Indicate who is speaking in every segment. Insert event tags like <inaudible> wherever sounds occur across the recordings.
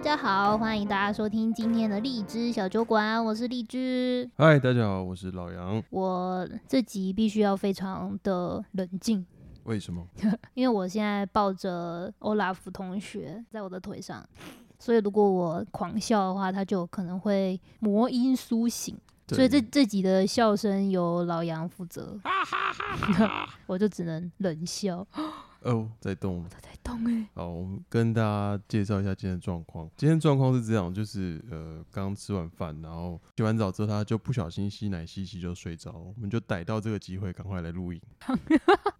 Speaker 1: 家好，欢迎大家收听今天的荔枝小酒馆，我是荔枝。
Speaker 2: 嗨，大家好，我是老杨。
Speaker 1: 我这集必须要非常的冷静，
Speaker 2: 为什么？
Speaker 1: 因为我现在抱着欧拉夫同学在我的腿上，所以如果我狂笑的话，他就有可能会魔音苏醒。所以这这集的笑声由老杨负责， <laughs> 我就只能冷笑。
Speaker 2: 哦，在动了。
Speaker 1: 他在动哎、
Speaker 2: 好，我们跟大家介绍一下今天的状况。今天状况是这样，就是呃，刚吃完饭，然后洗完澡之后，他就不小心吸奶吸吸就睡着了，我们就逮到这个机会，赶快
Speaker 1: <laughs>
Speaker 2: 来录音。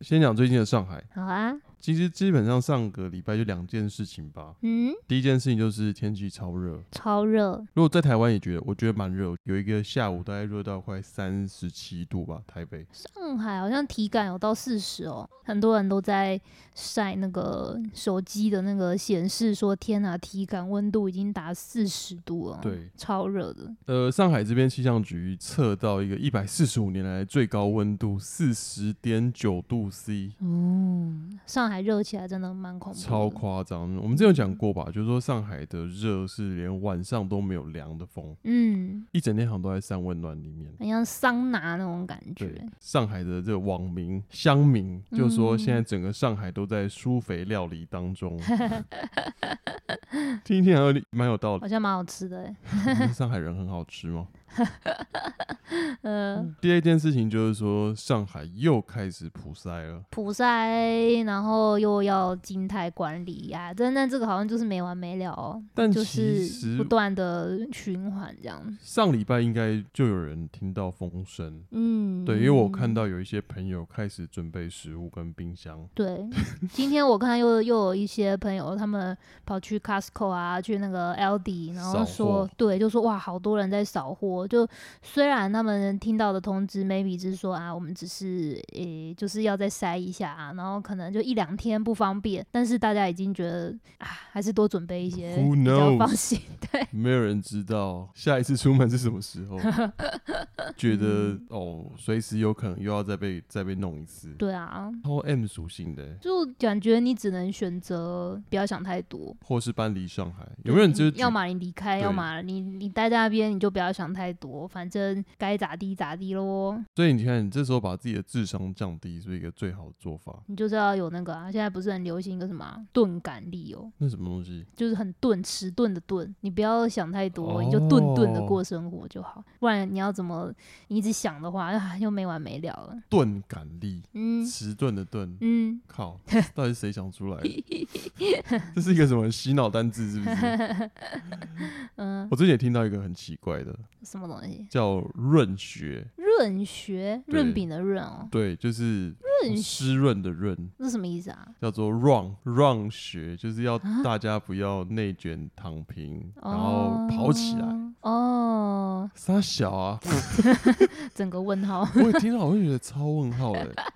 Speaker 2: 先讲最近的上海，
Speaker 1: 好啊，
Speaker 2: 其实基本上上个礼拜就两件事情吧。
Speaker 1: 嗯，
Speaker 2: 第一件事情就是天气超热，
Speaker 1: 超热，
Speaker 2: 如果在台湾也觉得，我觉得蛮热，有一个下午大概热到快三十七度吧，台北。
Speaker 1: 上海好像体感有到四十哦，很多人都在晒那个手机的那个显示说，天呐，体感温度已经达四十度了，，
Speaker 2: 对，
Speaker 1: 超热的，
Speaker 2: 呃，上海这边气象局测到一个一百四十五年来最高温度四十点九度 C，
Speaker 1: 嗯，上海热起来真的蛮恐怖的，
Speaker 2: 超夸张。我们之前有讲过吧，就是说上海的热是连晚上都没有凉的风，
Speaker 1: 嗯，
Speaker 2: 一整天好像都在三温暖里面。
Speaker 1: 很像桑拿那种感
Speaker 2: 对
Speaker 1: 觉，，
Speaker 2: 上海的这个网民、乡民就说，
Speaker 1: 嗯
Speaker 2: 现在整个上海都在疏肥料理当中，听一听好像蛮有道理
Speaker 1: 好。像蛮好吃的欸，
Speaker 2: 上海人很好吃吗？
Speaker 1: 呃，
Speaker 2: 第二件事情就是说，上海又开始普筛了。
Speaker 1: 普筛，然后又要静态管理呀、真的这个好像就是没完没了
Speaker 2: <laughs>
Speaker 1: 哦，
Speaker 2: 但
Speaker 1: 就
Speaker 2: 其
Speaker 1: 是不
Speaker 2: 实
Speaker 1: 断的循环这样，
Speaker 2: 上礼拜应该就有人听到风声，
Speaker 1: 嗯，
Speaker 2: 对，因为我看到有一些朋友开始准备食物跟冰箱，
Speaker 1: 对， <laughs> 今天我看又又有一些朋友，他们跑去 Costco 啊，去那个 LD，然后
Speaker 2: 扫
Speaker 1: 说
Speaker 2: 货，
Speaker 1: 对，就说哇，好多人在扫货。就虽然他们听到的通知，maybe 是说啊，我们只是诶、就是要再筛一下啊，然后可能就一两天不方便，但是大家已经觉得啊，还是多准备一些
Speaker 2: Who
Speaker 1: 比较
Speaker 2: knows？
Speaker 1: 放心。 <laughs> 对，
Speaker 2: 没有人知道下一次出门是什么时
Speaker 1: <laughs>
Speaker 2: 候，觉得
Speaker 1: 嗯
Speaker 2: 哦，随时有可能又要再被再被弄一次，
Speaker 1: 对啊，
Speaker 2: 超 M 属性的欸，
Speaker 1: 就感觉你只能选择不要想太多。
Speaker 2: 或是搬离上海，有没有人就是
Speaker 1: 嗯要么你离开，
Speaker 2: 对
Speaker 1: 要么你你待在那边，你就不要想太多，反正该咋地咋地咯。
Speaker 2: 所以你看，你这时候把自己的智商降低是不是一个最好的做法？
Speaker 1: 你就是要有那个啊，现在不是很流行一个什么啊钝感力哦，
Speaker 2: 那什么东西？
Speaker 1: 就是很钝迟钝的钝，你不要想太多，
Speaker 2: 哦
Speaker 1: 你就钝钝的过生活就好，不然你要怎么你一直想的话，啊、又没完没了了。
Speaker 2: 钝感力，
Speaker 1: 嗯
Speaker 2: 迟钝的钝，
Speaker 1: 嗯，
Speaker 2: 靠，到底是谁想出来的？
Speaker 1: <laughs>
Speaker 2: 这是一个什么洗脑单字是不是？
Speaker 1: <laughs> 嗯
Speaker 2: 我最近也听到一个很奇怪的，
Speaker 1: 什么东西？
Speaker 2: 叫润学，
Speaker 1: 润学
Speaker 2: 对
Speaker 1: 润饼的润哦，
Speaker 2: 对，就是哦
Speaker 1: 润
Speaker 2: 湿润的润，
Speaker 1: 这是什么意思啊？
Speaker 2: 叫做 run run 学，就是要大家不要内卷躺平，然后跑起来。
Speaker 1: 哦，
Speaker 2: 傻小啊！
Speaker 1: 哦整个问号。
Speaker 2: 我也听到，我就觉得超问号的。欸
Speaker 1: <laughs>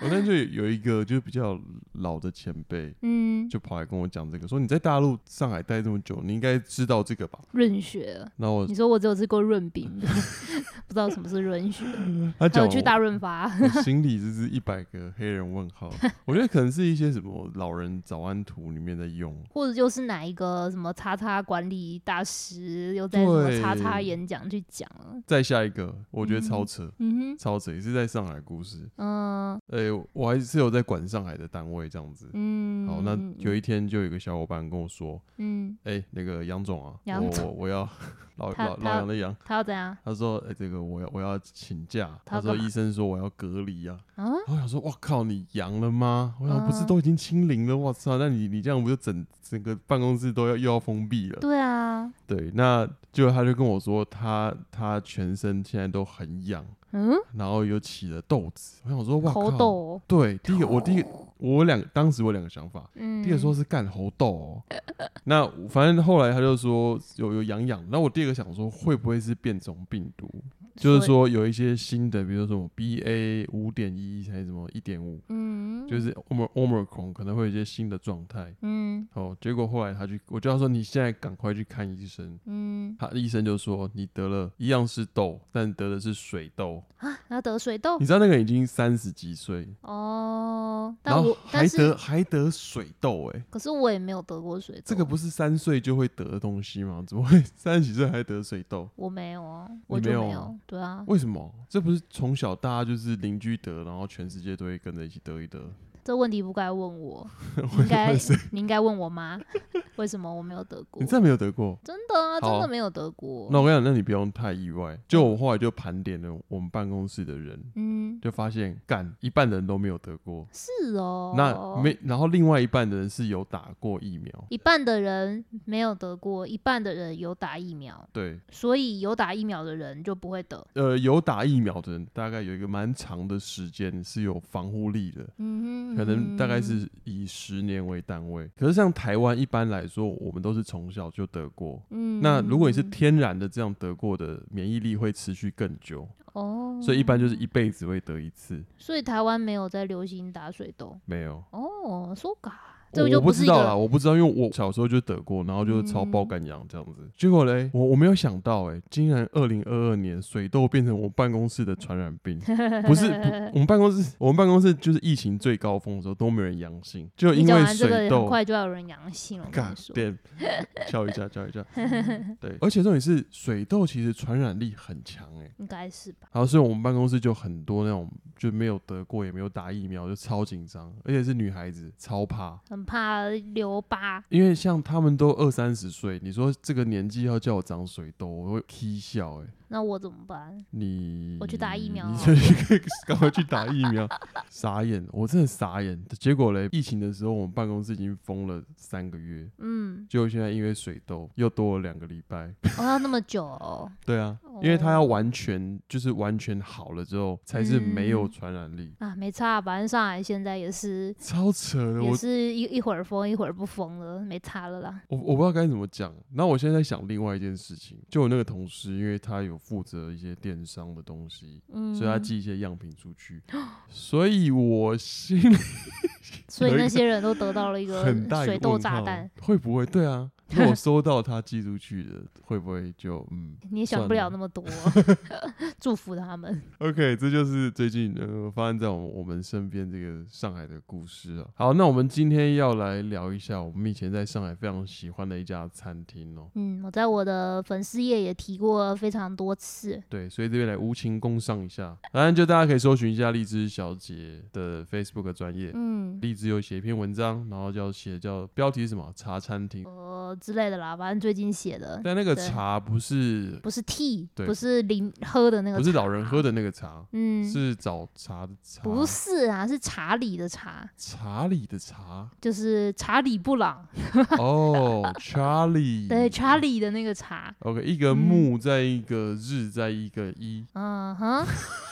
Speaker 2: 我那就有一个就是比较老的前辈，
Speaker 1: 嗯，
Speaker 2: 就跑来跟我讲这个，说你在大陆上海待这么久，你应该知道这个吧？
Speaker 1: 润学
Speaker 2: 那我
Speaker 1: 你说我只有吃过润饼， <laughs> 不知道什么是润学，
Speaker 2: 他
Speaker 1: 嗯还
Speaker 2: 讲
Speaker 1: 有
Speaker 2: 我
Speaker 1: 去大润发。
Speaker 2: 我心里就是一百个黑人问
Speaker 1: <laughs>
Speaker 2: 号。我觉得可能是一些什么老人早安图里面在用，
Speaker 1: 或者就是哪一个什么叉叉管理大师又在什么
Speaker 2: 对
Speaker 1: 叉叉演讲去讲了，
Speaker 2: 再下一个，我觉得超扯。
Speaker 1: 嗯哼，
Speaker 2: 超扯，也是在上海的故事。
Speaker 1: 嗯
Speaker 2: 哎、我还是有在管上海的单位这样子。
Speaker 1: 嗯，
Speaker 2: 好，那有一天就有一个小伙伴跟我说
Speaker 1: 嗯，：“
Speaker 2: 哎、那个杨总啊，
Speaker 1: 杨
Speaker 2: 我
Speaker 1: 总
Speaker 2: 我
Speaker 1: <laughs>
Speaker 2: 我要老
Speaker 1: 他
Speaker 2: 老
Speaker 1: 他
Speaker 2: 老杨的杨。
Speaker 1: 他要怎样”
Speaker 2: 他说：“哎、这个我要我要请假。”
Speaker 1: 他要
Speaker 2: 他说：“
Speaker 1: 干嘛
Speaker 2: 医生说我要隔离啊。”
Speaker 1: 啊？
Speaker 2: 然后我想说：“哇靠，你阳了吗？”我想
Speaker 1: 嗯
Speaker 2: 不是都已经清零了，我操！那你你这样不就整整个办公室都要又要封闭了？
Speaker 1: 对啊，
Speaker 2: 对，那就他就跟我说，他他全身现在都很痒，
Speaker 1: 嗯，
Speaker 2: 然后有起了痘子。我想说：“哇
Speaker 1: 口
Speaker 2: 靠！”
Speaker 1: 斗哦，
Speaker 2: 对，第一个我第一个我两当时我两个想法，
Speaker 1: 嗯，
Speaker 2: 第一个说是干猴痘哦，那反正后来他就说有有痒痒，那我第二个想说会不会是变种病毒，就
Speaker 1: 所以，
Speaker 2: 是说有一些新的，比如说什么 B A 五点一还是什么一点五，
Speaker 1: 嗯，
Speaker 2: 就是 Omer Omicron 可能会有一些新的状态。
Speaker 1: 嗯
Speaker 2: 哦，结果后来他去，我就要说你现在赶快去看医生。
Speaker 1: 嗯
Speaker 2: 他医生就说你得了一样是痘，但得的是水痘。
Speaker 1: 啊，然后得水痘
Speaker 2: 你知道那个已经三十几岁，
Speaker 1: 哦，但
Speaker 2: 然后
Speaker 1: 我
Speaker 2: 还
Speaker 1: 但是
Speaker 2: 得还得水痘、欸，哎，
Speaker 1: 可是我也没有得过水痘，
Speaker 2: 这个不是三岁就会得的东西吗？怎么会三十几岁还得水痘？
Speaker 1: 我没有啊，
Speaker 2: 你
Speaker 1: 我就
Speaker 2: 没有
Speaker 1: 没
Speaker 2: 啊
Speaker 1: 有，对啊，
Speaker 2: 为什么？这不是从小大家就是邻居得，然后全世界都会跟着一起得一得。
Speaker 1: 这问题不该问
Speaker 2: <laughs>
Speaker 1: 我，应该你应该问我妈，为什么我没有得过
Speaker 2: 你？真的没有得过？
Speaker 1: 真的啊，真
Speaker 2: 好
Speaker 1: 的没有得过。
Speaker 2: 那我跟你讲，那你不用太意外。就我后来就盘点了我们办公室的人，
Speaker 1: 嗯，
Speaker 2: 就发现干一半的人都没有得过，
Speaker 1: 是哦，
Speaker 2: 那没，然后另外一半的人是有打过疫苗。
Speaker 1: 一半的人没有得过，一半的人有打疫苗，
Speaker 2: 对，
Speaker 1: 所以有打疫苗的人就不会得。
Speaker 2: 呃，有打疫苗的人大概有一个蛮长的时间是有防护力的，
Speaker 1: 嗯哼，
Speaker 2: 可能大概
Speaker 1: 嗯
Speaker 2: 是以十年为单位。可是像台湾一般来说，我们都是从小就得过。
Speaker 1: 嗯
Speaker 2: 那如果你是天然的这样得过的，免疫力会持续更久，
Speaker 1: 哦，
Speaker 2: 所以一般就是一辈子会得一次。
Speaker 1: 所以台湾没有在流行打水痘
Speaker 2: 没有，
Speaker 1: 哦，说嘎，这
Speaker 2: 我
Speaker 1: 个就
Speaker 2: 我不
Speaker 1: 是
Speaker 2: 知
Speaker 1: 一
Speaker 2: 道啦，
Speaker 1: 个嗯
Speaker 2: 我不知道，因为我小时候就得过，然后就超爆肝痒这样子。结果嘞，我我没有想到、欸，竟然二零二二年水痘变成我办公室的传染
Speaker 1: <laughs>
Speaker 2: 病，不是不，我们办公室我们办公室就是疫情最高峰的时候都没有人阳性，就
Speaker 1: 你
Speaker 2: 因
Speaker 1: 讲
Speaker 2: 为
Speaker 1: 完这
Speaker 2: 水
Speaker 1: 个，很
Speaker 2: 痘。
Speaker 1: 快就要有人阳性了。我跟你
Speaker 2: 干
Speaker 1: 说，
Speaker 2: 点，敲一下，
Speaker 1: <laughs>
Speaker 2: 敲一下。对，而且重点是水痘其实传染力很强哎、欸
Speaker 1: 应该是吧？
Speaker 2: 然后所以我们办公室就很多那种就没有得过也没有打疫苗就超紧张，而且是女孩子超怕。
Speaker 1: 很怕留疤，
Speaker 2: 因为像他们都二三十岁，你说这个年纪要叫我长水痘，我会踢笑哎、
Speaker 1: 那我怎么办？
Speaker 2: 你
Speaker 1: 我去打疫苗啊
Speaker 2: 你就去 <laughs> 赶快去打疫苗，傻眼，我真的傻眼。结果嘞，疫情的时候我们办公室已经封了三个月，
Speaker 1: 嗯，
Speaker 2: 结果现在因为水痘又多了两个礼拜。 <laughs>
Speaker 1: 我、要那么久、哦，
Speaker 2: 对啊
Speaker 1: 哦，
Speaker 2: 因为它要完全就是完全好了之后，才是没有传染力，
Speaker 1: 啊，没差，反正上海现在也是
Speaker 2: 超扯的。
Speaker 1: 也
Speaker 2: 我
Speaker 1: 是一一会儿疯一会儿不疯了，没差了啦。
Speaker 2: 我我不知道该怎么讲。然后我现在在想另外一件事情，就我那个同事，因为他有负责一些电商的东西，
Speaker 1: 嗯，
Speaker 2: 所以他寄一些样品出去，所以我心里
Speaker 1: 所以
Speaker 2: 有一
Speaker 1: 那
Speaker 2: 个
Speaker 1: 些人都得到了一个
Speaker 2: 很大一个
Speaker 1: 水痘
Speaker 2: 问
Speaker 1: 炸
Speaker 2: 号
Speaker 1: 弹，
Speaker 2: 会不会？
Speaker 1: <laughs>
Speaker 2: 对啊，那我收到他寄出去的，会不会就嗯
Speaker 1: 你也想
Speaker 2: 算
Speaker 1: 不了
Speaker 2: 了
Speaker 1: 那
Speaker 2: <laughs>
Speaker 1: 么多，祝福他们。
Speaker 2: ？OK，这就是最近呃发生在我们我们身边这个上海的故事啊。好，那我们今天要来聊一下我们以前在上海非常喜欢的一家餐厅哦。
Speaker 1: 嗯，我在我的粉丝页也提过非常多次。
Speaker 2: 对，所以这边来无情工上一下，当然就大家可以搜寻一下荔枝小姐的 Facebook 专业，
Speaker 1: 嗯。
Speaker 2: 荔枝有写一篇文章，然后叫写叫标题是什么茶餐厅，
Speaker 1: 呃之类的啦，反正最近写的
Speaker 2: 但那个
Speaker 1: 对
Speaker 2: 茶不是
Speaker 1: 不是 tea，
Speaker 2: 对
Speaker 1: 不是零喝的那个，
Speaker 2: 不是老人喝，的那个茶，
Speaker 1: 嗯，
Speaker 2: 是早茶的茶，
Speaker 1: 不是啊，是茶里的茶，
Speaker 2: 茶里
Speaker 1: <laughs>
Speaker 2: 的茶
Speaker 1: 就是查理布朗，
Speaker 2: 哦，查理
Speaker 1: <laughs> 对，查理的那个茶，
Speaker 2: OK，一个
Speaker 1: 嗯
Speaker 2: 木在一个日在一个一。
Speaker 1: 嗯 <laughs> 哼，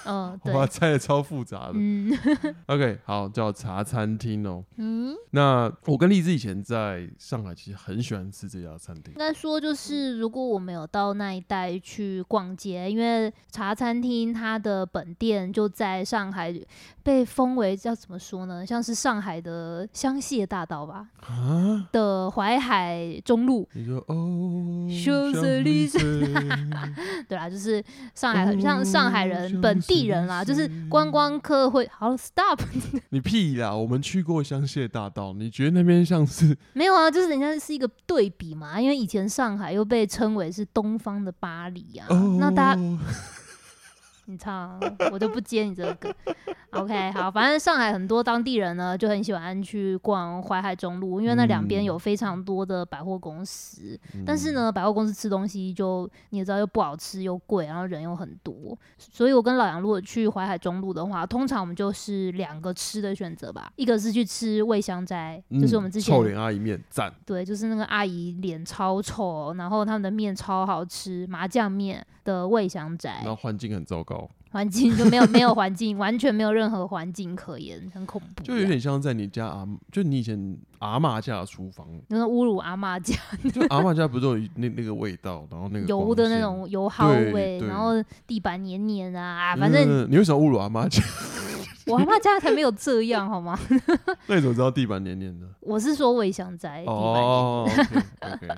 Speaker 1: 嗯，对，
Speaker 2: 哇，猜的超复杂的。
Speaker 1: 嗯 <laughs>
Speaker 2: OK，好，叫茶餐厅哦。
Speaker 1: 嗯，
Speaker 2: 那我跟荔枝以前在上海其实很喜欢吃这家餐厅
Speaker 1: 应，该说就是，如果我们有到那一带去逛街，因为茶餐厅它的本店就在上海，被封为叫怎么说呢，像是上海的香榭大道吧的淮海中路，
Speaker 2: 你说哦，
Speaker 1: Champs <laughs> 对啦，就是上海很哦像上海人本地人啦，就是观光客会好了 stop， <laughs>
Speaker 2: 你屁啦！我们去过香榭大道，你觉得那边像是
Speaker 1: 没有啊，就是人家是一个对比嘛，因为以前上海又被称为是东方的巴黎啊，
Speaker 2: 哦？
Speaker 1: 那大家你唱，我就不接你这个梗。OK，好， <laughs> 反正上海很多当地人呢就很喜欢去逛淮海中路，因为那两边
Speaker 2: 嗯
Speaker 1: 有非常多的百货公司。
Speaker 2: 嗯
Speaker 1: 但是，呢，百货公司吃东西就你也知道，又不好吃又贵，然后人又很多，所以我跟老杨如果去淮海中路的话，通常我们就是两个吃的选择吧，一个是去吃味香斋，就是我们之前
Speaker 2: 嗯臭脸阿姨面赞，
Speaker 1: 对，就是那个阿姨脸超丑，然后他们的面超好吃，麻酱面的味香斋
Speaker 2: 然，后环境很糟糕，
Speaker 1: 环境就没有没有环境， <laughs> 完全没有任何环境可言，很恐怖啊，
Speaker 2: 就有点像在你家阿，就你以前阿嬷家的厨房，
Speaker 1: 那种侮辱阿妈家
Speaker 2: 就阿嬷家不是有一那那个味道，然后那
Speaker 1: <laughs>
Speaker 2: 个
Speaker 1: 油
Speaker 2: 光
Speaker 1: 的那
Speaker 2: 线。
Speaker 1: 种油耗
Speaker 2: 对
Speaker 1: 味，
Speaker 2: 对
Speaker 1: 然后地板黏黏啊，反正
Speaker 2: 嗯你为什么侮辱阿妈家？ <laughs>
Speaker 1: 我阿妈家才没有这样好吗？ <laughs>
Speaker 2: 那你怎么知道地板黏黏的？
Speaker 1: 我是说味香斋哎地板店。
Speaker 2: 哦，OK，OK，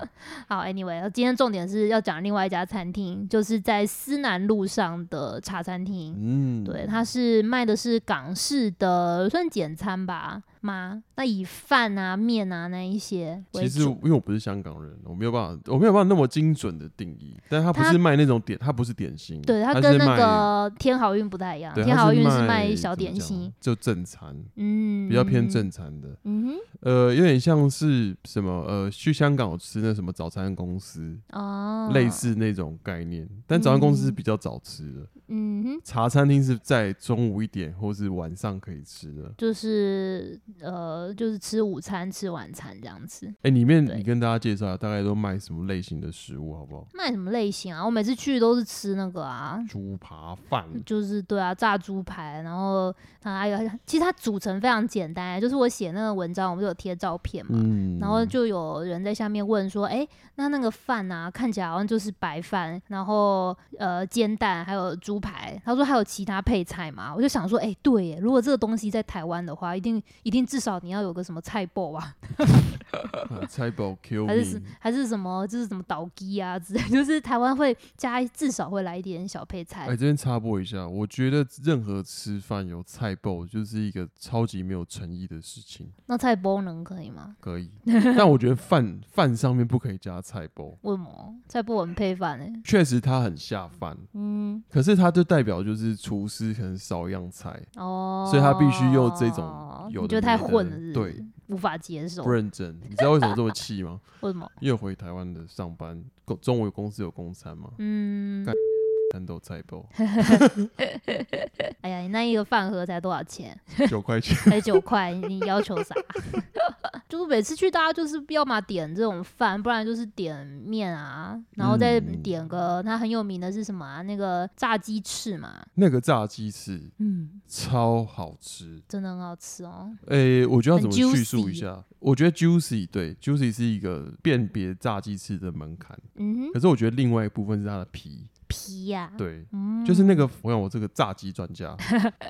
Speaker 1: <laughs> 好，anyway，今天呃重点是要讲另外一家餐厅，就是在思南路上的茶餐厅。
Speaker 2: 嗯，
Speaker 1: 对，它是卖的是港式的，算简餐吧吗？那以饭啊、面啊那一些为
Speaker 2: 其实
Speaker 1: 主。
Speaker 2: 因为我不是香港人，我没有办法，我没有办法那么精准的定义，但它不
Speaker 1: 它
Speaker 2: 是卖那种点，它不是点心，
Speaker 1: 对，它
Speaker 2: 它
Speaker 1: 跟
Speaker 2: 是
Speaker 1: 那
Speaker 2: 卖
Speaker 1: 个天好运不太一样，
Speaker 2: 对，
Speaker 1: 天
Speaker 2: 它
Speaker 1: 好
Speaker 2: 是
Speaker 1: 运是
Speaker 2: 卖
Speaker 1: 卖小
Speaker 2: 怎么
Speaker 1: 点
Speaker 2: 讲
Speaker 1: 心，
Speaker 2: 就正餐，
Speaker 1: 嗯，
Speaker 2: 比较偏。正餐的，
Speaker 1: 嗯
Speaker 2: 呃，有点像是什么呃，去香港有吃那什么早餐公司，
Speaker 1: 哼，哦，
Speaker 2: 类，似那种概念，但早餐公司是比较早吃的，
Speaker 1: 嗯哼，
Speaker 2: 茶餐厅是在中午一点或是晚上可以吃的。
Speaker 1: 就是呃，就是吃午餐、吃晚餐这样子。
Speaker 2: 哎、里面
Speaker 1: 对
Speaker 2: 你跟大家介绍一下，大概都卖什么类型的食物，好不好？
Speaker 1: 卖什么类型啊？我每次去都是吃那个啊，
Speaker 2: 猪扒饭，
Speaker 1: 就是对啊，炸猪排，然后啊，还有其实它组成非常简单，啊就是我写那个文章，我不是有贴照片嘛，
Speaker 2: 嗯，
Speaker 1: 然后就有人在下面问说，诶，那那个饭啊，看起来好像就是白饭，然后呃煎蛋还有猪排，他说还有其他配菜嘛，我就想说，诶，对耶，如果这个东西在台湾的话，一定一定至少你要有个什么菜包啊，
Speaker 2: 啊菜包
Speaker 1: <laughs>
Speaker 2: Q
Speaker 1: 还是
Speaker 2: me，
Speaker 1: 还是什么就是什么倒鸡啊之类， <laughs> 就是台湾会加至少会来一点小配菜
Speaker 2: 哎、，这边插播一下，我觉得任何吃饭有菜包就是一个超级没有诚意的事情，
Speaker 1: 那菜包能可以吗？
Speaker 2: 可
Speaker 1: <laughs>
Speaker 2: 以。但我觉得饭饭上面不可以加菜包，
Speaker 1: 为什么菜包很配饭呢、
Speaker 2: 确实它很下饭，
Speaker 1: 嗯，
Speaker 2: 可是它就代表就是厨师可能少一样菜，
Speaker 1: 哦，
Speaker 2: 所以他必须用这种有的
Speaker 1: 你觉得太
Speaker 2: 没的
Speaker 1: 混了是不是
Speaker 2: 对，
Speaker 1: 无法接受，
Speaker 2: 不
Speaker 1: 为
Speaker 2: 认真。你知道为什么这么气吗？ <laughs>
Speaker 1: 什么？
Speaker 2: 因为回台湾的上班，公中午有公司有公餐嘛，
Speaker 1: 嗯，
Speaker 2: 干三豆菜
Speaker 1: <laughs>
Speaker 2: 包
Speaker 1: 哎呀，你那一个饭盒才多少钱？
Speaker 2: 九块钱，
Speaker 1: 才九块，你要求啥？ <laughs> 就是每次去，大家就是要么点这种饭，不然就是点面啊，然后再
Speaker 2: 嗯
Speaker 1: 点个它很有名的是什么啊？那个炸鸡翅嘛，
Speaker 2: 那个炸鸡翅
Speaker 1: 嗯，
Speaker 2: 超好吃。
Speaker 1: 真的很好吃哦。
Speaker 2: 诶、我觉得要怎
Speaker 1: 很
Speaker 2: 么叙述一下？我觉得 juicy 对 juicy 是一个辨别炸鸡翅的门槛，
Speaker 1: 嗯哼，
Speaker 2: 可是我觉得另外一部分是它的皮，
Speaker 1: 皮呀、
Speaker 2: 对。
Speaker 1: 嗯，
Speaker 2: 就是那个，我想我这个炸鸡
Speaker 1: <laughs>
Speaker 2: 专家，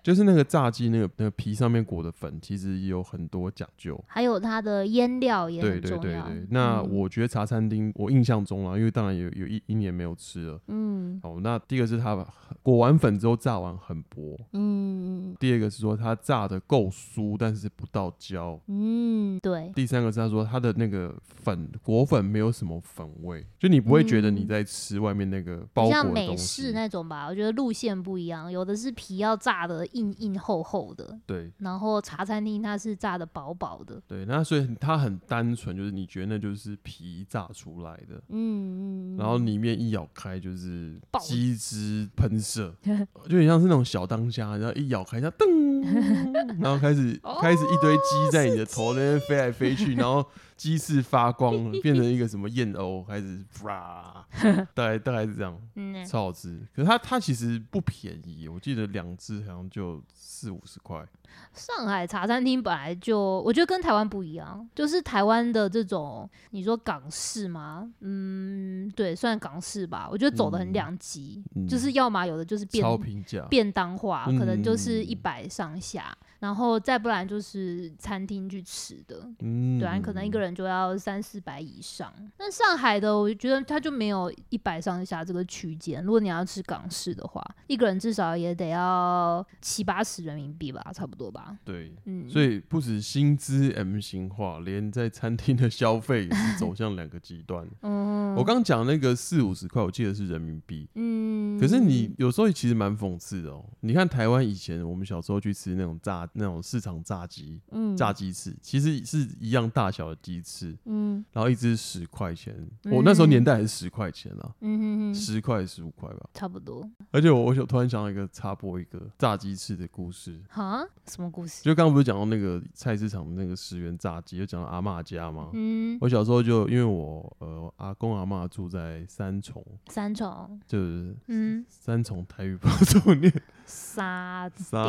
Speaker 2: 就是那个炸鸡那个那个皮上面裹的粉，其实也有很多讲究。
Speaker 1: 还有它的腌料也
Speaker 2: 对
Speaker 1: 很
Speaker 2: 对
Speaker 1: 重
Speaker 2: 对
Speaker 1: 要。
Speaker 2: 对，那
Speaker 1: 嗯
Speaker 2: 我觉得茶餐厅，我印象中啊啦，因为当然有有一一年没有吃了。
Speaker 1: 嗯
Speaker 2: 哦，那第一个是它裹完粉之后炸完很薄，
Speaker 1: 嗯
Speaker 2: 第二个是说它炸的够酥，但是不到焦。
Speaker 1: 嗯，对，
Speaker 2: 第三个是他说它的那个粉裹粉没有什么粉味，就你不会觉得你
Speaker 1: 嗯
Speaker 2: 在吃外面那个包
Speaker 1: 比
Speaker 2: 裹
Speaker 1: 较
Speaker 2: 的
Speaker 1: 美
Speaker 2: 东
Speaker 1: 式
Speaker 2: 西。
Speaker 1: 那种吧，我觉得路线不一样，有的是皮要炸的硬硬厚厚的，
Speaker 2: 对
Speaker 1: 然后茶餐厅它是炸的薄薄的。
Speaker 2: 对，那所以它很单纯，就是你觉得那就是皮炸出来的。
Speaker 1: 嗯
Speaker 2: 然后里面一咬开就是
Speaker 1: 爆
Speaker 2: 鸡汁
Speaker 1: <laughs>
Speaker 2: 喷射，呃就很像是那种小当家，然后一咬开，它噔，
Speaker 1: <laughs>
Speaker 2: 然后开始
Speaker 1: 哦
Speaker 2: 开始一堆鸡在你的头那边飞来飞去，然后鸡翅发光，变成一个什么燕鸥，
Speaker 1: <laughs>
Speaker 2: 开始啪，大概大概是这样，
Speaker 1: 嗯，
Speaker 2: 超好吃。可是它它其实不便宜，我记得两只好像就四五十块，
Speaker 1: 上海茶餐厅本来就，我觉得跟台湾不一样，就是台湾的这种，你说港式吗？嗯，对，算港式吧。我觉得走的很
Speaker 2: 嗯
Speaker 1: 两极，
Speaker 2: 嗯
Speaker 1: 就是要么有的就是变
Speaker 2: 超平价。
Speaker 1: 便当化，可能就是一
Speaker 2: 嗯
Speaker 1: 百上下，然后再不然就是餐厅去吃的，
Speaker 2: 嗯
Speaker 1: 对啊，你可能一个人就要三四百以上。但上海的，我觉得它就没有一百上下这个区间。如果你要吃港式的话，一个人至少也得要七八十人民币吧，差不多吧。
Speaker 2: 对。
Speaker 1: 嗯，
Speaker 2: 所以不止薪资 M 型化，连在餐厅的消费也是走向两个极端。
Speaker 1: <laughs> 嗯，
Speaker 2: 我刚讲那个四五十块，我记得是人民币。
Speaker 1: 嗯，
Speaker 2: 可是你有时候其实蛮讽刺的哦。你看台湾以前我们小时候去吃那种炸那种市场炸鸡、
Speaker 1: 嗯
Speaker 2: 炸鸡翅，其实是一样大小的鸡翅，
Speaker 1: 嗯
Speaker 2: 然后一只十块钱。
Speaker 1: 嗯
Speaker 2: 我那时候年代还是十块钱啊，
Speaker 1: 嗯哼哼，
Speaker 2: 十块十五块吧。
Speaker 1: 差不多
Speaker 2: 而且我我突然想到一个插播一个炸鸡翅的故事，
Speaker 1: 哈，什么故事？
Speaker 2: 就刚刚不是讲到那个菜市场那个十元炸鸡，就讲到阿嬷家嘛。
Speaker 1: 嗯，
Speaker 2: 我小时候就因为我呃阿公阿嬷住在三重，
Speaker 1: 三重，
Speaker 2: 就是
Speaker 1: 嗯，
Speaker 2: 三重台语不知道怎么念，
Speaker 1: 沙，
Speaker 2: 三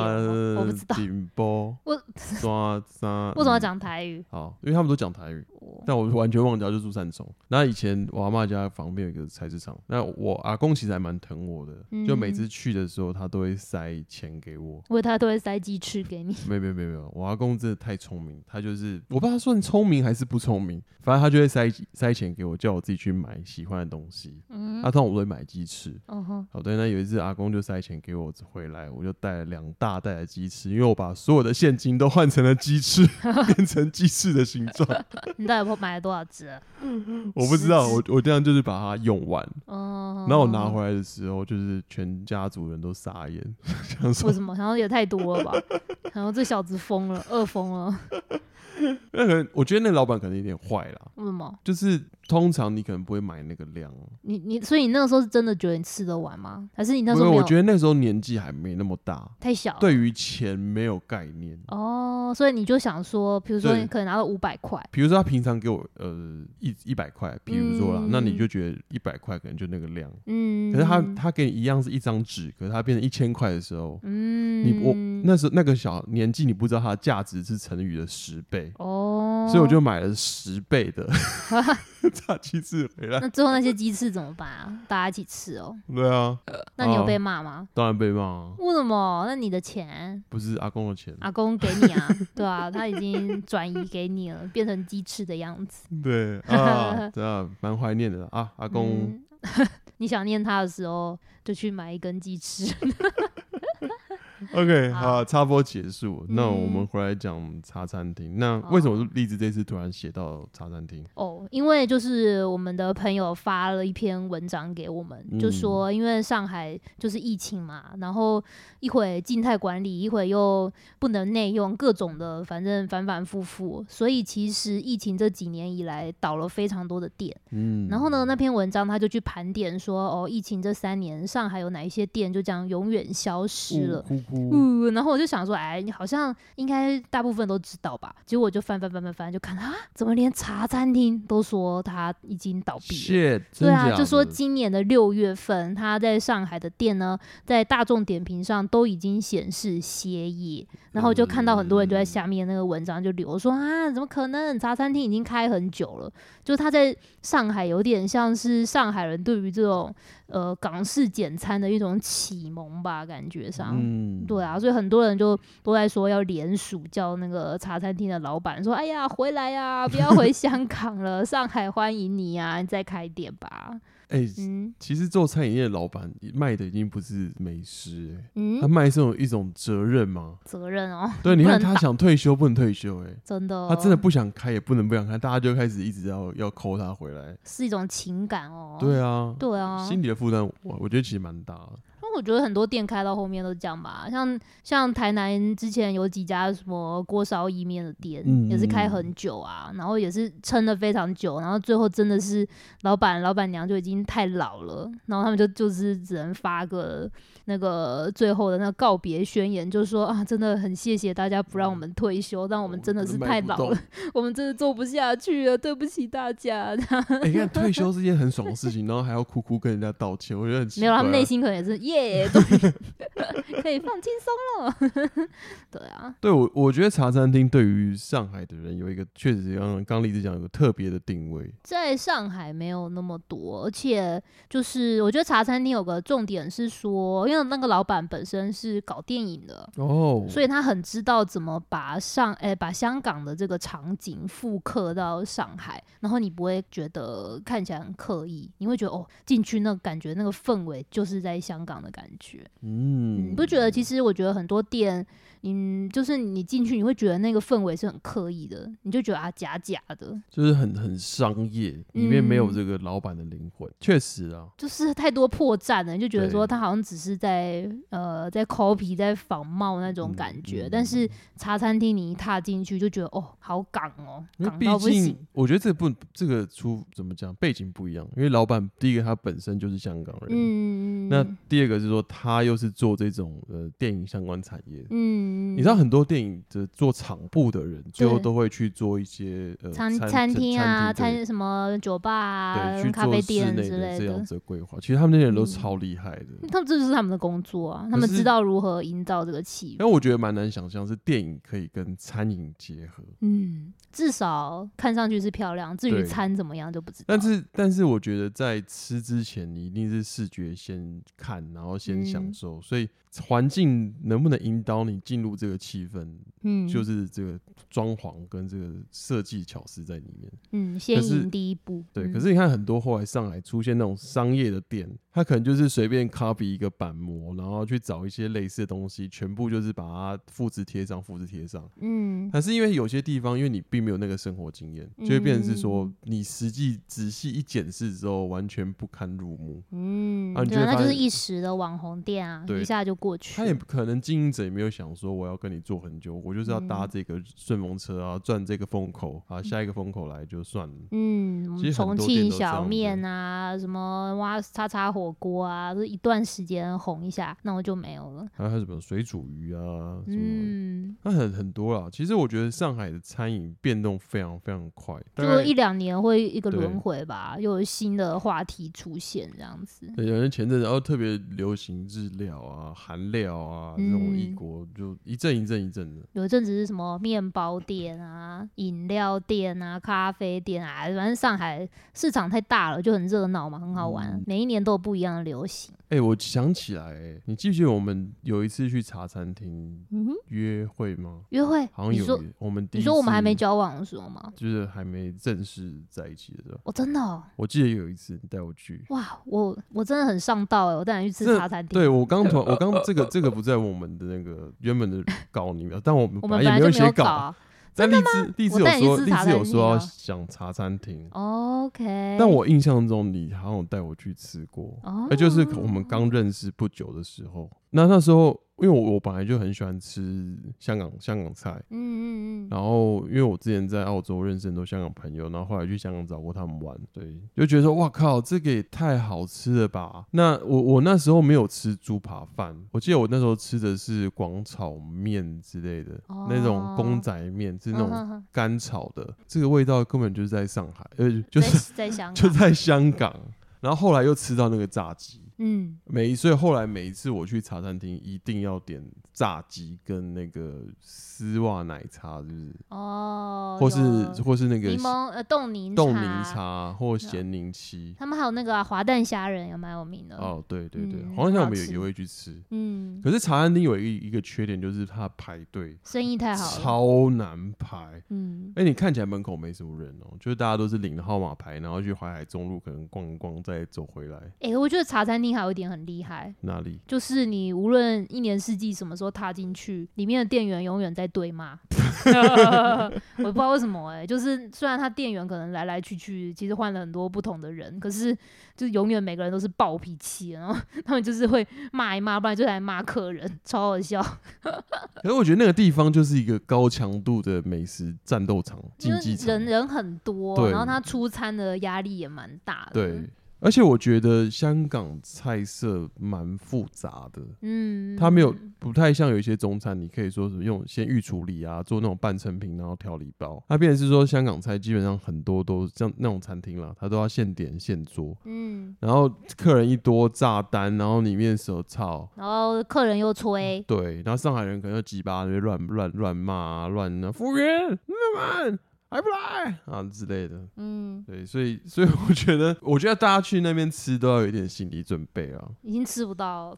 Speaker 1: 我不知道
Speaker 2: 顶包
Speaker 1: 我
Speaker 2: 刷三，
Speaker 1: <laughs>
Speaker 2: 嗯
Speaker 1: 为什么要讲台语？
Speaker 2: 好？因为他们都讲台语，
Speaker 1: 哦，
Speaker 2: 但我完全忘掉就住三重。那以前我阿妈家旁边有一个菜市场，那我阿公其实还蛮疼我的，就每
Speaker 1: 嗯
Speaker 2: 次去的时候他都会塞钱给我。
Speaker 1: 因为他都会塞鸡翅给你。 <laughs>
Speaker 2: 没有没有没有没有，我阿公真的太聪明，他就是我不知道他算聪明还是不聪明，反正他就会塞塞钱给我，叫我自己去买喜欢的东西。
Speaker 1: 嗯，
Speaker 2: 他通常我都会买鸡翅。
Speaker 1: 哦吼，
Speaker 2: 好对，那有一次阿公就塞钱给我回来，我就带了两大袋的鸡翅，因为我把所有的现金都换成了鸡翅，变成鸡翅的形状。
Speaker 1: 你到底买了多少只啊？
Speaker 2: 我不知道，我我这样就是把它用完。
Speaker 1: 哦，
Speaker 2: 然后我拿回来的时候，就是全家族人都傻眼，想说
Speaker 1: 为什么？然后也太多 <laughs> 了吧？然后这小子疯了，饿疯了，
Speaker 2: 那可能我觉得那老板可能有点坏啦，
Speaker 1: 为什么？
Speaker 2: 就是通常你可能不会买那个量，
Speaker 1: 你你，所以你那个时候是真的觉得你吃得完吗？还是你那
Speaker 2: 因
Speaker 1: 时
Speaker 2: 为
Speaker 1: 候没有
Speaker 2: 我觉得那时候年纪还没那么大，
Speaker 1: 太小？
Speaker 2: 对，于钱没有概念。
Speaker 1: 哦，所以你就想说，比如说
Speaker 2: 对
Speaker 1: 你可能拿到五百块，
Speaker 2: 比如说他平常给我呃一一百块，比如说啦，
Speaker 1: 嗯
Speaker 2: 那你就觉得一百块可能就那个量，
Speaker 1: 嗯，
Speaker 2: 可是他他给你一样是一张纸，可是他变成一千块的时候，
Speaker 1: 嗯，
Speaker 2: 你我那时候那个小年纪你不知道它的价值是成语的十倍，
Speaker 1: 哦，
Speaker 2: 所以我就买了十倍
Speaker 1: <laughs>
Speaker 2: 的炸鸡翅回来。
Speaker 1: 那最后那些鸡翅怎么办啊？大家一起吃哦。
Speaker 2: 对啊，
Speaker 1: 那你有
Speaker 2: 哦
Speaker 1: 被骂吗？
Speaker 2: 当然被骂、啊，
Speaker 1: 为什么？那你的钱，
Speaker 2: 不是阿公的钱。
Speaker 1: 阿公给你
Speaker 2: <laughs>
Speaker 1: 啊，对啊，他已经转移给你了，变成鸡翅的样子。
Speaker 2: 对
Speaker 1: <laughs>
Speaker 2: 啊，对啊，蛮怀念的啊，阿公。
Speaker 1: 嗯 <laughs> 你想念他的时候，就去买一根鸡翅。
Speaker 2: OK，
Speaker 1: 好
Speaker 2: 好，插播结束。那我
Speaker 1: 嗯
Speaker 2: 们回来讲茶餐厅。那为什么荔枝这次突然写到茶餐厅？
Speaker 1: 哦，因为就是我们的朋友发了一篇文章给我们，就
Speaker 2: 嗯
Speaker 1: 说因为上海就是疫情嘛，然后一会静态管理，一会又不能内用，各种的，反正反反复复，所以其实疫情这几年以来倒了非常多的店。
Speaker 2: 嗯，
Speaker 1: 然后呢，那篇文章他就去盘点说，哦，疫情这三年上海有哪一些店就这样永远消失了。
Speaker 2: 哭哭，
Speaker 1: 嗯，然后我就想说，哎，你好像应该大部分都知道吧？结果我就翻翻翻翻翻，就看啊，怎么连茶餐厅都说它已经倒闭了？
Speaker 2: 谢，
Speaker 1: 对
Speaker 2: 真
Speaker 1: 啊，
Speaker 2: 假
Speaker 1: 就说
Speaker 2: 的
Speaker 1: 今年的六月份，它在上海的店呢，在大众点评上都已经显示歇业，然后就看到很多
Speaker 2: 嗯
Speaker 1: 人就在下面那个文章就留说啊，怎么可能？茶餐厅已经开很久了，就它在上海有点像是上海人对于这种呃港式简餐的一种启蒙吧，感觉上。
Speaker 2: 嗯
Speaker 1: 对啊，所以很多人就都在说要联署叫那个茶餐厅的老板说：“哎呀，回来呀、不要回 <laughs> 香港了，上海欢迎你啊，你再开店吧。
Speaker 2: 哎，”
Speaker 1: 嗯
Speaker 2: 其实做餐饮业的老板卖的已经不是美食，哎，他
Speaker 1: 嗯，
Speaker 2: 卖是有一种责任嘛。
Speaker 1: 责任哦，
Speaker 2: 对，你
Speaker 1: 不
Speaker 2: 看
Speaker 1: 能
Speaker 2: 他想退休不能退休，哎，
Speaker 1: 真的、哦，
Speaker 2: 他真的不想开也不能不想开，大家就开始一直要要扣他回来。
Speaker 1: 是一种情感哦。
Speaker 2: 对啊，
Speaker 1: 对啊，
Speaker 2: 心理的负担，我我觉得其实蛮大的。
Speaker 1: 那我觉得很多店开到后面都这样吧，像像台南之前有几家什么锅烧意面的店，
Speaker 2: 嗯
Speaker 1: 也是开
Speaker 2: 嗯
Speaker 1: 很久啊，然后也是撑了非常久，然后最后真的是老板老板娘就已经太老了，然后他们就就是只能发个那个最后的那个告别宣言，就说啊，真的很谢谢大家不让我们退休，但我们真的是
Speaker 2: 哦卖
Speaker 1: 太
Speaker 2: 不
Speaker 1: 老
Speaker 2: 动
Speaker 1: 了， <laughs> 我们真的做不下去了，对不起大家。 <laughs>
Speaker 2: <laughs> 哎、你看退休是件很爽的事情，然后还要哭哭跟人家道歉，我觉得很奇
Speaker 1: 没有，他们内
Speaker 2: 怪啊
Speaker 1: 心可能也是耶，
Speaker 2: <laughs>
Speaker 1: 终于可以放轻松了。 <laughs> 对啊，
Speaker 2: 对我，我觉得茶餐厅对于上海的人有一个确实刚刚荔枝讲有个特别的定位，
Speaker 1: 在上海没有那么多，而且就是我觉得茶餐厅有个重点是说，因为那个老板本身是搞电影的。
Speaker 2: 哦，
Speaker 1: 所以他很知道怎么把上诶、把香港的这个场景复刻到上海，然后你不会觉得看起来很刻意，你会觉得哦进去那感觉那个氛围就是在香港的感觉。
Speaker 2: 嗯，
Speaker 1: 你不觉得？其实我觉得很多店，嗯，就是你进去，你会觉得那个氛围是很刻意的，你就觉得啊假假的，
Speaker 2: 就是很很商业，里面
Speaker 1: 嗯
Speaker 2: 没有这个老板的灵魂，确、实啊，
Speaker 1: 就是太多破绽了，你就觉得说
Speaker 2: 对
Speaker 1: 他好像只是在呃在 copy 在仿冒那种
Speaker 2: 嗯
Speaker 1: 感觉。
Speaker 2: 嗯
Speaker 1: 但是茶餐厅你一踏进去就觉得哦好港哦，
Speaker 2: 因为
Speaker 1: 港
Speaker 2: 毕
Speaker 1: 到不
Speaker 2: 竟
Speaker 1: 行。
Speaker 2: 我觉得这不这个出怎么讲背景不一样，因为老板第一个他本身就是香港人，
Speaker 1: 嗯，
Speaker 2: 那第二个是说他又是做这种呃电影相关产业，
Speaker 1: 嗯，
Speaker 2: 你知道很多电影的做场部的人，最后
Speaker 1: 对
Speaker 2: 都会去做一些呃
Speaker 1: 餐
Speaker 2: 餐
Speaker 1: 厅啊，
Speaker 2: 餐
Speaker 1: 餐什么酒吧啊
Speaker 2: 对，去、
Speaker 1: 咖
Speaker 2: 做
Speaker 1: 啡
Speaker 2: 室
Speaker 1: 店
Speaker 2: 内
Speaker 1: 之
Speaker 2: 的
Speaker 1: 类
Speaker 2: 这样
Speaker 1: 的。
Speaker 2: 子的规划。其实他们那些人都
Speaker 1: 嗯
Speaker 2: 超厉害的，
Speaker 1: 他们这就是他们的工作啊，他们
Speaker 2: 是
Speaker 1: 知道如何营造这个气氛。
Speaker 2: 但我觉得蛮难想象是电影可以跟餐饮结合。
Speaker 1: 嗯，至少看上去是漂亮，至于
Speaker 2: 对
Speaker 1: 餐怎么样就不知道。
Speaker 2: 但是，但是我觉得在吃之前，你一定是视觉先看，然后先享
Speaker 1: 嗯
Speaker 2: 受，所以环境能不能引导你进入这个气氛，
Speaker 1: 嗯，
Speaker 2: 就是这个装潢跟这个设计巧思在里面。
Speaker 1: 嗯，先
Speaker 2: 是
Speaker 1: 赢第一步。
Speaker 2: 对，
Speaker 1: 嗯
Speaker 2: 可是你看很多后来上海出现那种商业的店，它可能就是随便 copy 一个板模，然后去找一些类似的东西，全部就是把它复制贴上，复制贴上。
Speaker 1: 嗯
Speaker 2: 但是因为有些地方，因为你并没有那个生活经验，就会变成是
Speaker 1: 嗯
Speaker 2: 说你实际仔细一检视之后，完全不堪入目。
Speaker 1: 嗯，
Speaker 2: 啊你
Speaker 1: 对
Speaker 2: 就会
Speaker 1: 啊，那
Speaker 2: 发
Speaker 1: 就是
Speaker 2: 现
Speaker 1: 一时的网红店啊，
Speaker 2: 对
Speaker 1: 一下就过去
Speaker 2: 他也。可能经营者也没有想说我要跟你做很久，我就是要搭
Speaker 1: 嗯
Speaker 2: 这个顺风车啊，转这个风口啊，下一个风口来就算了。
Speaker 1: 嗯，什么
Speaker 2: 其实很
Speaker 1: 重
Speaker 2: 多
Speaker 1: 庆
Speaker 2: 店都这样
Speaker 1: 小
Speaker 2: 子
Speaker 1: 面啊，什么哇叉叉火锅啊，就是一段时间红一下，那我就没有了。
Speaker 2: 还有什么水煮鱼啊，什么
Speaker 1: 嗯，
Speaker 2: 那很很多啦。其实我觉得上海的餐饮变动非常非常快，大
Speaker 1: 就
Speaker 2: 概
Speaker 1: 一两年会一个
Speaker 2: 对
Speaker 1: 轮回吧，又有新的话题出现这样子。
Speaker 2: 对，有人前阵子然哦后特别流行日料啊、韩料啊这种异
Speaker 1: 嗯
Speaker 2: 国，就一阵一阵一阵的。
Speaker 1: 有一阵子是什么面包店啊、饮料店啊、咖啡店啊，反正上海市场太大了，就很热闹嘛，很好玩。
Speaker 2: 嗯
Speaker 1: 每一年都有不一样的流行。
Speaker 2: 哎、我想起来、欸，你记不记得我们有一次去茶餐厅
Speaker 1: 嗯哼，
Speaker 2: 约会吗？
Speaker 1: 约会，
Speaker 2: 好像
Speaker 1: 你
Speaker 2: 有
Speaker 1: 说
Speaker 2: 约，我们第
Speaker 1: 你
Speaker 2: 一
Speaker 1: 说我们还没
Speaker 2: 次
Speaker 1: 交往的时候吗？
Speaker 2: 就是还没正式在一起的时候，
Speaker 1: 我、真的、哦，
Speaker 2: 我记得有一次你带
Speaker 1: <laughs>
Speaker 2: 我去。
Speaker 1: 哇，我我真的很上道哎、我带你去吃
Speaker 2: 这
Speaker 1: 茶餐厅。
Speaker 2: 对，我刚突然，我刚这个这个不在我们的那个原本的稿里面，但我们
Speaker 1: 我
Speaker 2: 本
Speaker 1: 们本
Speaker 2: 来也
Speaker 1: 来
Speaker 2: 没
Speaker 1: 就
Speaker 2: 有
Speaker 1: 没有
Speaker 2: 写
Speaker 1: 搞
Speaker 2: 稿。
Speaker 1: 啊。
Speaker 2: 但荔枝荔枝有
Speaker 1: 带你
Speaker 2: 说
Speaker 1: 吃
Speaker 2: 荔
Speaker 1: 茶
Speaker 2: 枝有
Speaker 1: 餐
Speaker 2: 说
Speaker 1: 厅哦
Speaker 2: 要
Speaker 1: 啊
Speaker 2: 想茶餐厅，
Speaker 1: OK。
Speaker 2: 但我印象中你好像有带我去吃过，
Speaker 1: 哦，
Speaker 2: 那就是我们刚认识不久的时候。那那时候，因为我我本来就很喜欢吃香港香港菜，
Speaker 1: 嗯嗯嗯，
Speaker 2: 然后因为我之前在澳洲认识很多香港朋友，然后后来去香港找过他们玩，对，就觉得说哇靠，这个也太好吃了吧！那我我那时候没有吃猪扒饭，我记得我那时候吃的是广炒面之类的、
Speaker 1: 哦
Speaker 2: 那种公仔面，是那
Speaker 1: 嗯
Speaker 2: 种
Speaker 1: 哼哼
Speaker 2: 干炒的，这个味道根本就是在上海，呃，就是
Speaker 1: 在在香
Speaker 2: 就
Speaker 1: 港，
Speaker 2: 在香港。然后后来又吃到那个炸鸡，
Speaker 1: 嗯，
Speaker 2: 每一所以后来每一次我去茶餐厅一定要点炸鸡跟那个丝袜奶茶，是不是？
Speaker 1: 哦，
Speaker 2: 或
Speaker 1: 有
Speaker 2: 是或是那个
Speaker 1: 柠檬呃冻柠
Speaker 2: 冻柠茶或咸柠七。
Speaker 1: 他们还有那个啊滑蛋虾仁也蛮有名的。
Speaker 2: 哦，对对对，
Speaker 1: 嗯
Speaker 2: 好像我
Speaker 1: 好
Speaker 2: 们也
Speaker 1: 吃
Speaker 2: 也会去吃。
Speaker 1: 嗯，
Speaker 2: 可是茶餐厅有一一个缺点，就是它排队
Speaker 1: 生意太好了。
Speaker 2: 超难排。
Speaker 1: 嗯，
Speaker 2: 哎、你看起来门口没什么人哦、就是大家都是领了号码牌，然后去淮海中路可能逛一逛，再走回来
Speaker 1: 哎、我觉得茶餐厅还有一点很厉害，
Speaker 2: 那里。
Speaker 1: 就是你无论一年四季什么时候踏进去，里面的店员永远在对骂。 <laughs> 我不知道为什么哎、就是虽然他店员可能来来去去，其实换了很多不同的人，可是就是永远每个人都是暴脾气，然后他们就是会骂一骂，不然就来骂客人，超好笑。呃
Speaker 2: 可是我觉得那个地方就是一个高强度的美食战斗场、
Speaker 1: 因
Speaker 2: 竞
Speaker 1: 为
Speaker 2: 技场。
Speaker 1: 人嗯人很多，
Speaker 2: 对
Speaker 1: 然后他出餐的压力也蛮大的。
Speaker 2: 对，，而且我觉得香港菜色蛮复杂的。
Speaker 1: 嗯，
Speaker 2: 它没有不太像有一些中餐，你可以说是用先预处理啊，做那种半成品，然后调理包。它变成是说香港菜基本上很多都像那种餐厅啦，它都要现点现做，
Speaker 1: 嗯，
Speaker 2: 然后客人一多炸单，然后里面手操。
Speaker 1: 然后客人又催，
Speaker 2: 对，然后上海人可能就鸡巴就乱乱乱骂啊，乱啊，服务员，你们还不来啊之类的。
Speaker 1: 嗯，
Speaker 2: 对，所以所以我觉得，我觉得大家去那边吃都要有一点心理准备
Speaker 1: <laughs>
Speaker 2: 啊。
Speaker 1: 已经吃不到，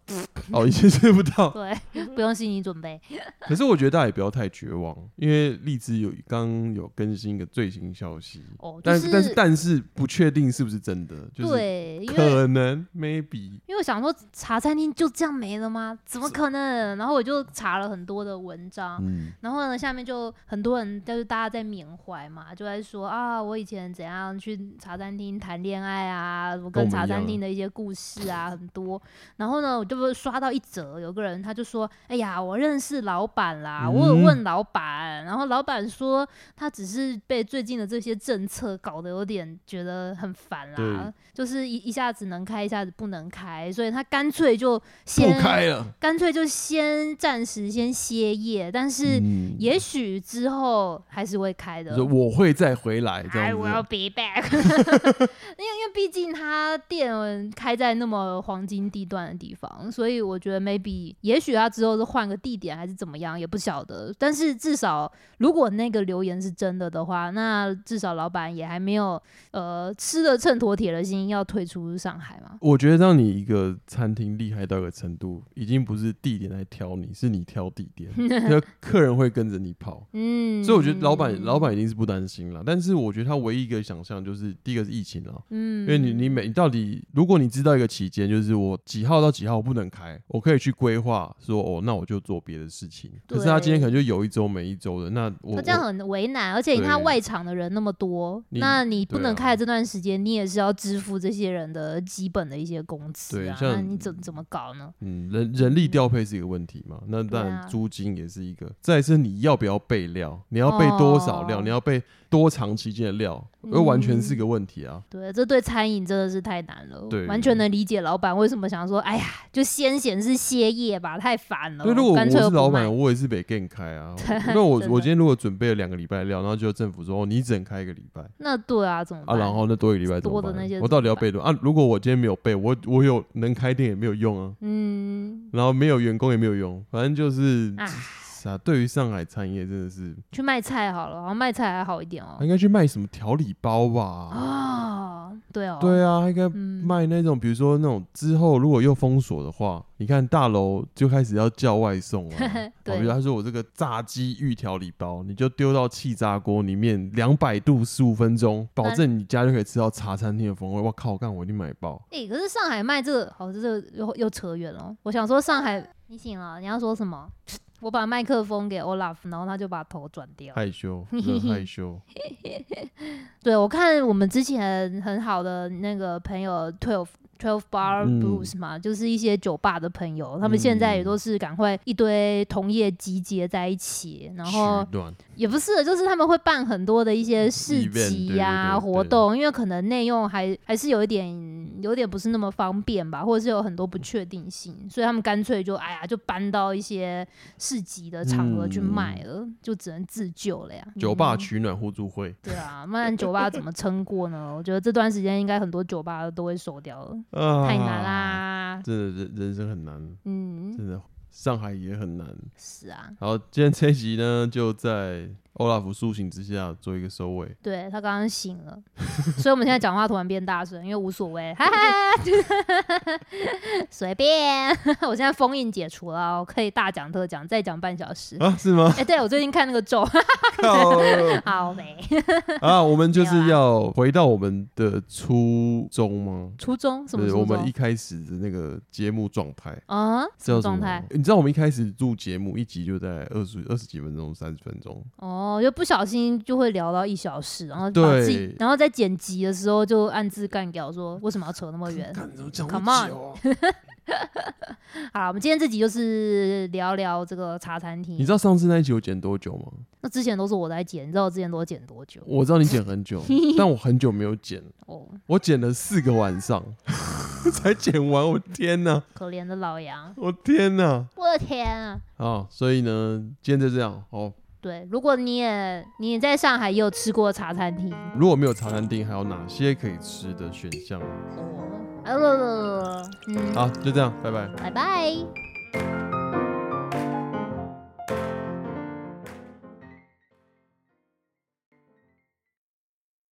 Speaker 2: 哦，以前吃不到，
Speaker 1: 对，不用心理准备。
Speaker 2: 可是我觉得大家也不要太绝望，因为荔枝有刚有更新一个最新消息，
Speaker 1: 哦，就
Speaker 2: 但但是但是不确定是不是真的，就是
Speaker 1: 对，因为
Speaker 2: 可能 maybe
Speaker 1: 因为我想说茶餐厅就这样没了吗？怎么可能？然后我就查了很多的文章。
Speaker 2: 嗯，
Speaker 1: 然后呢，下面就很多人就是大家在缅怀嘛，就在说啊，我以前怎样去茶餐厅谈恋爱啊，我
Speaker 2: 跟我
Speaker 1: 跟
Speaker 2: 们
Speaker 1: 茶
Speaker 2: 一样
Speaker 1: 餐
Speaker 2: 啊
Speaker 1: 厅的一些故事啊，很多。然后呢，我就刷到一则，有个人他就说哎呀，我认识老板啦，我
Speaker 2: 嗯
Speaker 1: 有问老板，然后老板说他只是被最近的这些政策搞得有点觉得很烦啦
Speaker 2: 对，
Speaker 1: 就是一一下子能开，一下子不能开，所以他干脆就
Speaker 2: 不
Speaker 1: 先
Speaker 2: 开了，
Speaker 1: 干脆就先暂时先歇业，但是
Speaker 2: 嗯
Speaker 1: 也许之后还是会开的。
Speaker 2: 说我会再回来这
Speaker 1: 哎，
Speaker 2: 样
Speaker 1: 我要
Speaker 2: 子。
Speaker 1: be back，因为因为毕竟他店开在那么黄金地段的地方，所以我觉得 maybe 也许他之后是换个地点还是怎么样，也不晓得。但是至少如果那个留言是真的的话，那至少老板也还没有呃吃了秤砣铁了心要退出上海嘛。
Speaker 2: 我觉得让你一个餐厅厉害到一个程度，已经不是地点来挑你，是你挑地
Speaker 1: <laughs>
Speaker 2: 点，那客人会跟着你跑。
Speaker 1: 嗯，
Speaker 2: 所以我觉得老板老板一定是不担心啦，但是我觉得他唯一一个想象就是第一个是疫情啊，
Speaker 1: 嗯，因
Speaker 2: 因为你你每你到底如果你知道一个期间，就是我几号到几号我不能开，我可以去规划说哦，那我就做别的事情。可是他今天可能就有一周没一周的，那我
Speaker 1: 那哦这样
Speaker 2: 我
Speaker 1: 很为难，而且你看
Speaker 2: 对
Speaker 1: 外场的人那么多，
Speaker 2: 你
Speaker 1: 那你不
Speaker 2: 对
Speaker 1: 能
Speaker 2: 啊
Speaker 1: 开的这段时间，你也是要支付这些人的基本的一些工资
Speaker 2: 对
Speaker 1: 啊，
Speaker 2: 像
Speaker 1: 那你怎怎么搞呢？
Speaker 2: 嗯人人力调配是一个问题嘛，那当
Speaker 1: 对啊
Speaker 2: 然租金也是一个，再来是你要不要备料，你要备多少料，
Speaker 1: 哦
Speaker 2: 你要备多长期间的料，
Speaker 1: 嗯
Speaker 2: 而完全是一个问题啊。
Speaker 1: 对，这对餐饮真的是太难了，
Speaker 2: 对
Speaker 1: 完全能理解老板为什么想说，哎呀，就先显示歇业吧，太烦了，
Speaker 2: 所以如果
Speaker 1: 哦
Speaker 2: 我
Speaker 1: 干脆
Speaker 2: 是
Speaker 1: 又不
Speaker 2: 老
Speaker 1: 卖
Speaker 2: 板，我也是得更
Speaker 1: <laughs>
Speaker 2: 开啊。我那我
Speaker 1: 真的
Speaker 2: 我今天如果准备了两个礼拜的料，然后就政府说哦，你只能开一个礼拜
Speaker 1: 那对啊，怎么
Speaker 2: 啊，
Speaker 1: 办？
Speaker 2: 然后那多一个礼拜怎么
Speaker 1: 多的那些怎
Speaker 2: 办？我
Speaker 1: 么
Speaker 2: 到底要备多啊？如果我今天没有备，我我有能开店也没有用啊，
Speaker 1: 嗯，
Speaker 2: 然后没有员工也没有用，反正就是
Speaker 1: 啊，
Speaker 2: 啊，对于上海餐饮业真的是，
Speaker 1: 去卖菜好了，然后卖菜还好一点哦
Speaker 2: 他。应该去卖什么调理包吧？
Speaker 1: 啊，对哦，
Speaker 2: 对啊，他应该
Speaker 1: 嗯。
Speaker 2: 卖那种，比如说那种之后如果又封锁的话，你看大楼就开始要叫外送啊
Speaker 1: <laughs> 对
Speaker 2: 好比如他说我这个炸鸡玉调理包，你就丢到气炸锅里面两百度十五分钟，保
Speaker 1: 那
Speaker 2: 证你家就可以吃到茶餐厅的风味。我靠，干我一定买
Speaker 1: <laughs>
Speaker 2: 爆！
Speaker 1: 哎、可是上海卖这个，好、哦这个又又扯远了。我想说上海，你醒了，你要说什么？我把麦克风给 Olaf，然后他就把头转掉。<laughs>
Speaker 2: 害羞，真的害羞。
Speaker 1: 对，我看我们之前很好的那个朋友 Twelve Twelve Bar
Speaker 2: 嗯
Speaker 1: Blues 嘛，就是一些酒吧的朋友，他们现在也都是赶快一堆同业集结在一起，然后嗯
Speaker 2: 取暖，
Speaker 1: 也不是，就是他们会办很多的一些市
Speaker 2: 嗯 Event，
Speaker 1: 集
Speaker 2: 对
Speaker 1: 呀、
Speaker 2: 对对
Speaker 1: 活动，因为可能内用还还是有一点有点不是那么方便吧，或者是有很多不确定性，所以他们干脆就哎呀，就搬到一些市集的场合去
Speaker 2: 嗯
Speaker 1: 卖了，就只能自救了呀。
Speaker 2: 酒吧
Speaker 1: 嗯
Speaker 2: 取暖互助会。
Speaker 1: 对啊，不然酒吧怎么撑过呢？我觉得这段时间应该很多酒吧都会收掉了，
Speaker 2: 啊
Speaker 1: 太难！啦。
Speaker 2: 真的人人生很难，
Speaker 1: 嗯，
Speaker 2: 真的上海也很难。
Speaker 1: 是啊，
Speaker 2: 好，今天这一集呢，就在欧拉夫苏醒之下做一个收尾。
Speaker 1: 对他刚刚醒了，所以我们现在讲话突然变大声，因为无所谓，哈哈， <laughs> 随便。 <laughs> 我现在封印解除了，我可以大讲特讲，再讲半小时。
Speaker 2: 啊，是吗？
Speaker 1: <laughs> 哎、对我最近看那个咒， <laughs>
Speaker 2: 靠！
Speaker 1: 好美，
Speaker 2: 啊，我们就是
Speaker 1: 没有
Speaker 2: 要回到我们的初衷吗？
Speaker 1: 初中什么
Speaker 2: 对，
Speaker 1: 初
Speaker 2: 我们
Speaker 1: 中
Speaker 2: 一开始的那个节目状态
Speaker 1: 啊？什
Speaker 2: 叫
Speaker 1: 么
Speaker 2: 什么
Speaker 1: 状态？？
Speaker 2: 你知道我们一开始录节目一集就在二十二十几分钟、三十分
Speaker 1: <laughs>
Speaker 2: 钟，
Speaker 1: 哦，就不小心就会聊到一小时，然后把
Speaker 2: 对
Speaker 1: 自己，然后在剪辑的时候就暗自干掉，说为什么要扯那么远？
Speaker 2: 看怎么讲
Speaker 1: Come on
Speaker 2: 久啊？
Speaker 1: 好，我们今天这集就是聊聊这个茶餐
Speaker 2: <laughs> 你
Speaker 1: 厅
Speaker 2: 知。道上次那一集我剪多久吗？
Speaker 1: 那之前都是我在剪，你知道我之前都剪多久？
Speaker 2: 我知道你剪很
Speaker 1: <laughs>
Speaker 2: 久，但我很久没有剪，
Speaker 1: 哦，
Speaker 2: 我剪了四个晚上 <laughs> 才剪完。我天哪！
Speaker 1: 可怜的老杨，
Speaker 2: 我天哪！
Speaker 1: 我的天啊！
Speaker 2: 啊，所以呢，今天就这样哦。
Speaker 1: 对，如果你也你在上海也有吃过茶餐厅，
Speaker 2: 如果没有茶餐厅，还有哪些可以吃的选项？
Speaker 1: 哦，啊不不不不不，嗯，
Speaker 2: 好，就这样，拜拜。
Speaker 1: 拜拜。